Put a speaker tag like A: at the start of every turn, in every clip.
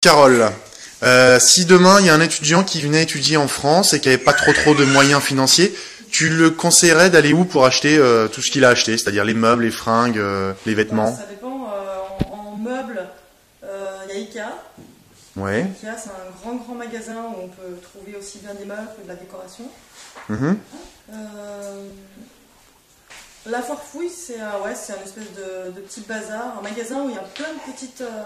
A: Carole, euh, si demain il y a un étudiant qui venait étudier en France et qui n'avait pas trop trop de moyens financiers, tu le conseillerais d'aller où pour acheter euh, tout ce qu'il a acheté, c'est-à-dire les meubles, les fringues, euh, les vêtements
B: Ça dépend. euh, en, en meubles, euh, il y a Ikea.
A: Ouais.
B: Ikea, c'est un grand, grand magasin où on peut trouver aussi bien des meubles que de la décoration.
A: Mhm.
B: Euh, la Forfouille, c'est un, ouais, c'est un espèce de, de petit bazar, un magasin où il y a plein de petites, euh,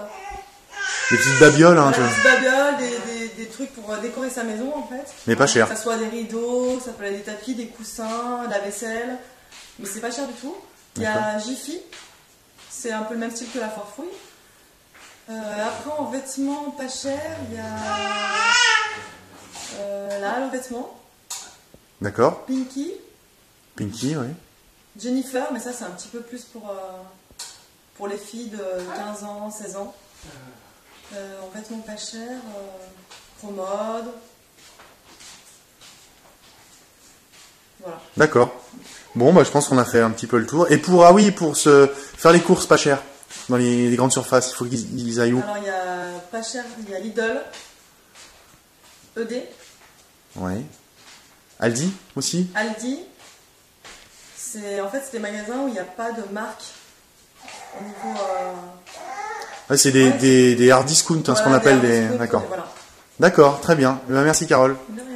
A: Des petites babioles, hein,
B: voilà,
A: tu
B: des
A: vois.
B: petites babioles, des, des- des trucs pour euh, décorer sa maison en fait.
A: Mais pas cher.
B: Que ce soit des rideaux, ça peut être des tapis, des coussins, de la vaisselle. Mais c'est pas cher du tout. Il y a Jiffy, c'est un peu le même style que la farfouille. Euh, après, en vêtements pas chers, il y a euh, la Halle en vêtements,
A: D'accord.
B: Pinky,
A: Pinky, ouais.
B: Jennifer, mais ça c'est un petit peu plus pour, euh, pour les filles de 15 ans, 16 ans. Euh, en vêtements pas chers, euh, Promode. Voilà.
A: D'accord. Bon, bah, je pense qu'on a fait un petit peu le tour. Et pour, ah oui, pour se faire les courses pas chères dans les, les grandes surfaces, il faut qu'ils ils aillent où
B: Alors il y a pas cher, il y a Lidl, E ED,
A: Ouais. Aldi aussi
B: Aldi. C'est en fait c'est des magasins où il n'y a pas de marque au niveau euh,
A: Ah, C'est des, des, des hard discount, hein, ce
B: voilà,
A: qu'on
B: des
A: appelle des.
B: artistes,
A: D'accord.
B: Voilà.
A: D'accord, très bien. Eh ben, merci Carole.
B: De rien.